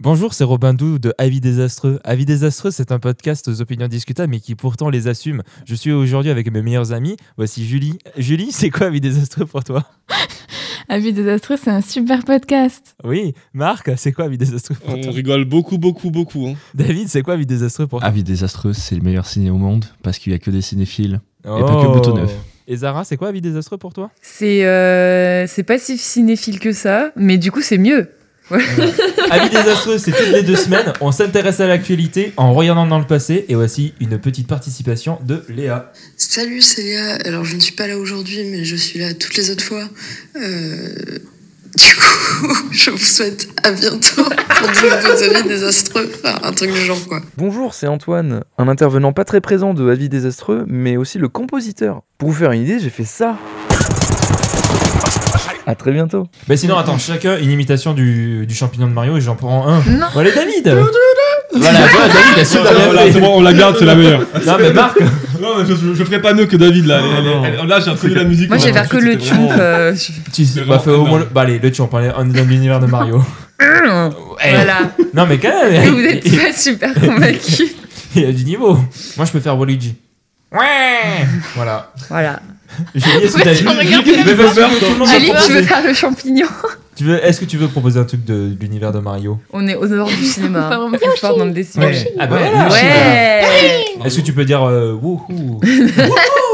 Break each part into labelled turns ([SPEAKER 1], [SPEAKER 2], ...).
[SPEAKER 1] Bonjour, c'est Robin Doux de Avis Désastreux. Avis Désastreux, c'est un podcast aux opinions discutables, mais qui pourtant les assume. Je suis aujourd'hui avec mes meilleurs amis. Voici Julie. Julie, c'est quoi Avis Désastreux pour toi
[SPEAKER 2] Avis Désastreux, c'est un super podcast.
[SPEAKER 1] Oui. Marc, c'est quoi Avis Désastreux pour
[SPEAKER 3] On
[SPEAKER 1] toi
[SPEAKER 3] rigole beaucoup, beaucoup, beaucoup. hein.
[SPEAKER 1] David, c'est quoi Avis Désastreux pour toi
[SPEAKER 4] Avis désastreux, c'est le meilleur ciné au monde parce qu'il y a que des cinéphiles. et pas que Boutonneuf.
[SPEAKER 1] Oh. Et Zara, c'est quoi Avis Désastreux pour toi
[SPEAKER 5] C'est euh, c'est pas si cinéphile que ça, mais du coup c'est mieux.
[SPEAKER 1] Avis Désastreux, c'est toutes les deux semaines. On s'intéresse à l'actualité en regardant dans le passé. Et voici une petite participation de Léa.
[SPEAKER 6] Salut, c'est Léa. Alors, je ne suis pas là aujourd'hui, mais je suis là toutes les autres fois. Euh, Du coup, je vous souhaite à bientôt pour de nouveaux avis désastreux. Enfin, un truc du genre, quoi.
[SPEAKER 7] Bonjour, c'est Antoine, un intervenant pas très présent de Avis désastreux, mais aussi le compositeur. Pour vous faire une idée, j'ai fait ça. À très bientôt.
[SPEAKER 1] Mais Bah, sinon, attends, chacun une imitation du, du champignon de Mario et j'en prends un.
[SPEAKER 5] Non.
[SPEAKER 1] Voilà, David Voilà, toi, David, a super bien
[SPEAKER 3] Voilà,
[SPEAKER 1] fait.
[SPEAKER 3] c'est bon, on la garde, c'est la meilleure.
[SPEAKER 1] Non, mais Marc,
[SPEAKER 3] Non, mais je, je- je ferai pas mieux que David là. Elle- elle- elle- là, j'ai introduit la musique.
[SPEAKER 5] Moi je vais
[SPEAKER 3] vraiment,
[SPEAKER 5] faire que
[SPEAKER 3] c'était
[SPEAKER 5] le
[SPEAKER 3] vraiment-
[SPEAKER 5] tune. euh, je-
[SPEAKER 1] tu
[SPEAKER 3] C'est
[SPEAKER 1] bah,
[SPEAKER 3] vraiment
[SPEAKER 1] fais au moins.
[SPEAKER 3] énorme.
[SPEAKER 1] le- Bah, allez, le tune, on parlait- on est dans l'univers de Mario. Eh,
[SPEAKER 5] Hum, Voilà.
[SPEAKER 1] Non, mais quand
[SPEAKER 5] Et
[SPEAKER 1] même,
[SPEAKER 5] vous êtes
[SPEAKER 1] il,
[SPEAKER 5] pas super convaincus.
[SPEAKER 1] il a du niveau. Moi, je peux faire Waluigi. Ouais Voilà.
[SPEAKER 5] Voilà.
[SPEAKER 1] J'ai oublié ce que t'as dit.
[SPEAKER 5] tu me regardes
[SPEAKER 1] Mais parce que tout le monde a
[SPEAKER 5] Julie, tu
[SPEAKER 1] proposé.
[SPEAKER 5] veux faire le champignon
[SPEAKER 1] Tu veux- Est-ce que tu veux proposer un truc de, de l'univers de Mario
[SPEAKER 5] On est aux aurores du cinéma.
[SPEAKER 2] Enfin,
[SPEAKER 5] hein. On est fort dans le décimal.
[SPEAKER 1] Ouais. Ah bah voilà.
[SPEAKER 5] Ouais.
[SPEAKER 1] Est-ce que tu peux dire euh, wouhou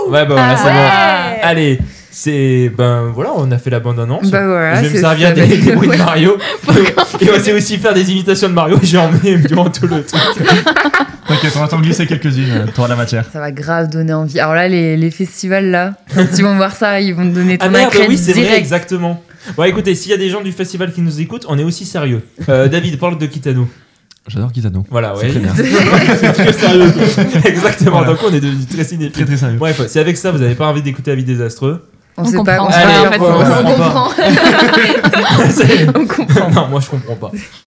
[SPEAKER 1] Ouais, bah voilà, c'est bon.
[SPEAKER 5] Ah Ouais.
[SPEAKER 1] Allez, c'est. Ben voilà, on a fait la bande-annonce.
[SPEAKER 5] Bah voilà,
[SPEAKER 1] je vais me
[SPEAKER 5] c'est
[SPEAKER 1] servir
[SPEAKER 5] ça,
[SPEAKER 1] des,
[SPEAKER 5] bah,
[SPEAKER 1] des bruits
[SPEAKER 5] ouais.
[SPEAKER 1] de Mario. Et on sait aussi faire des imitations de Mario. J'ai emmené durant tout le truc.
[SPEAKER 3] T'inquiète, on va t'en glisser quelques-unes. T'auras la matière.
[SPEAKER 5] Ça va grave donner envie. Alors là, les, les festivals là, quand ils vont voir ça, ils vont te donner ton
[SPEAKER 1] Ah merde,
[SPEAKER 5] accrète
[SPEAKER 1] oui, c'est vrai,
[SPEAKER 5] direct.
[SPEAKER 1] exactement. Bon, écoutez, s'il y a des gens du festival qui nous écoutent, on est aussi sérieux. Euh, David, parle de Kitano.
[SPEAKER 4] J'adore Kitano.
[SPEAKER 1] Voilà,
[SPEAKER 4] C'est
[SPEAKER 1] ouais.
[SPEAKER 4] très bien.
[SPEAKER 3] Très sérieux.
[SPEAKER 1] Exactement,
[SPEAKER 3] Voilà.
[SPEAKER 1] donc on est devenu très
[SPEAKER 3] Très,
[SPEAKER 1] cinéphile.
[SPEAKER 3] très sérieux.
[SPEAKER 1] Bref, si avec ça vous n'avez pas envie d'écouter Avis désastreux,
[SPEAKER 5] on,
[SPEAKER 2] On
[SPEAKER 5] sait
[SPEAKER 2] comprend.
[SPEAKER 5] pas, on, sait
[SPEAKER 2] Allez,
[SPEAKER 5] pas,
[SPEAKER 2] on
[SPEAKER 5] on
[SPEAKER 1] comprend.
[SPEAKER 5] comprend.
[SPEAKER 1] c'est-
[SPEAKER 5] on comprend.
[SPEAKER 1] non, moi je comprends pas.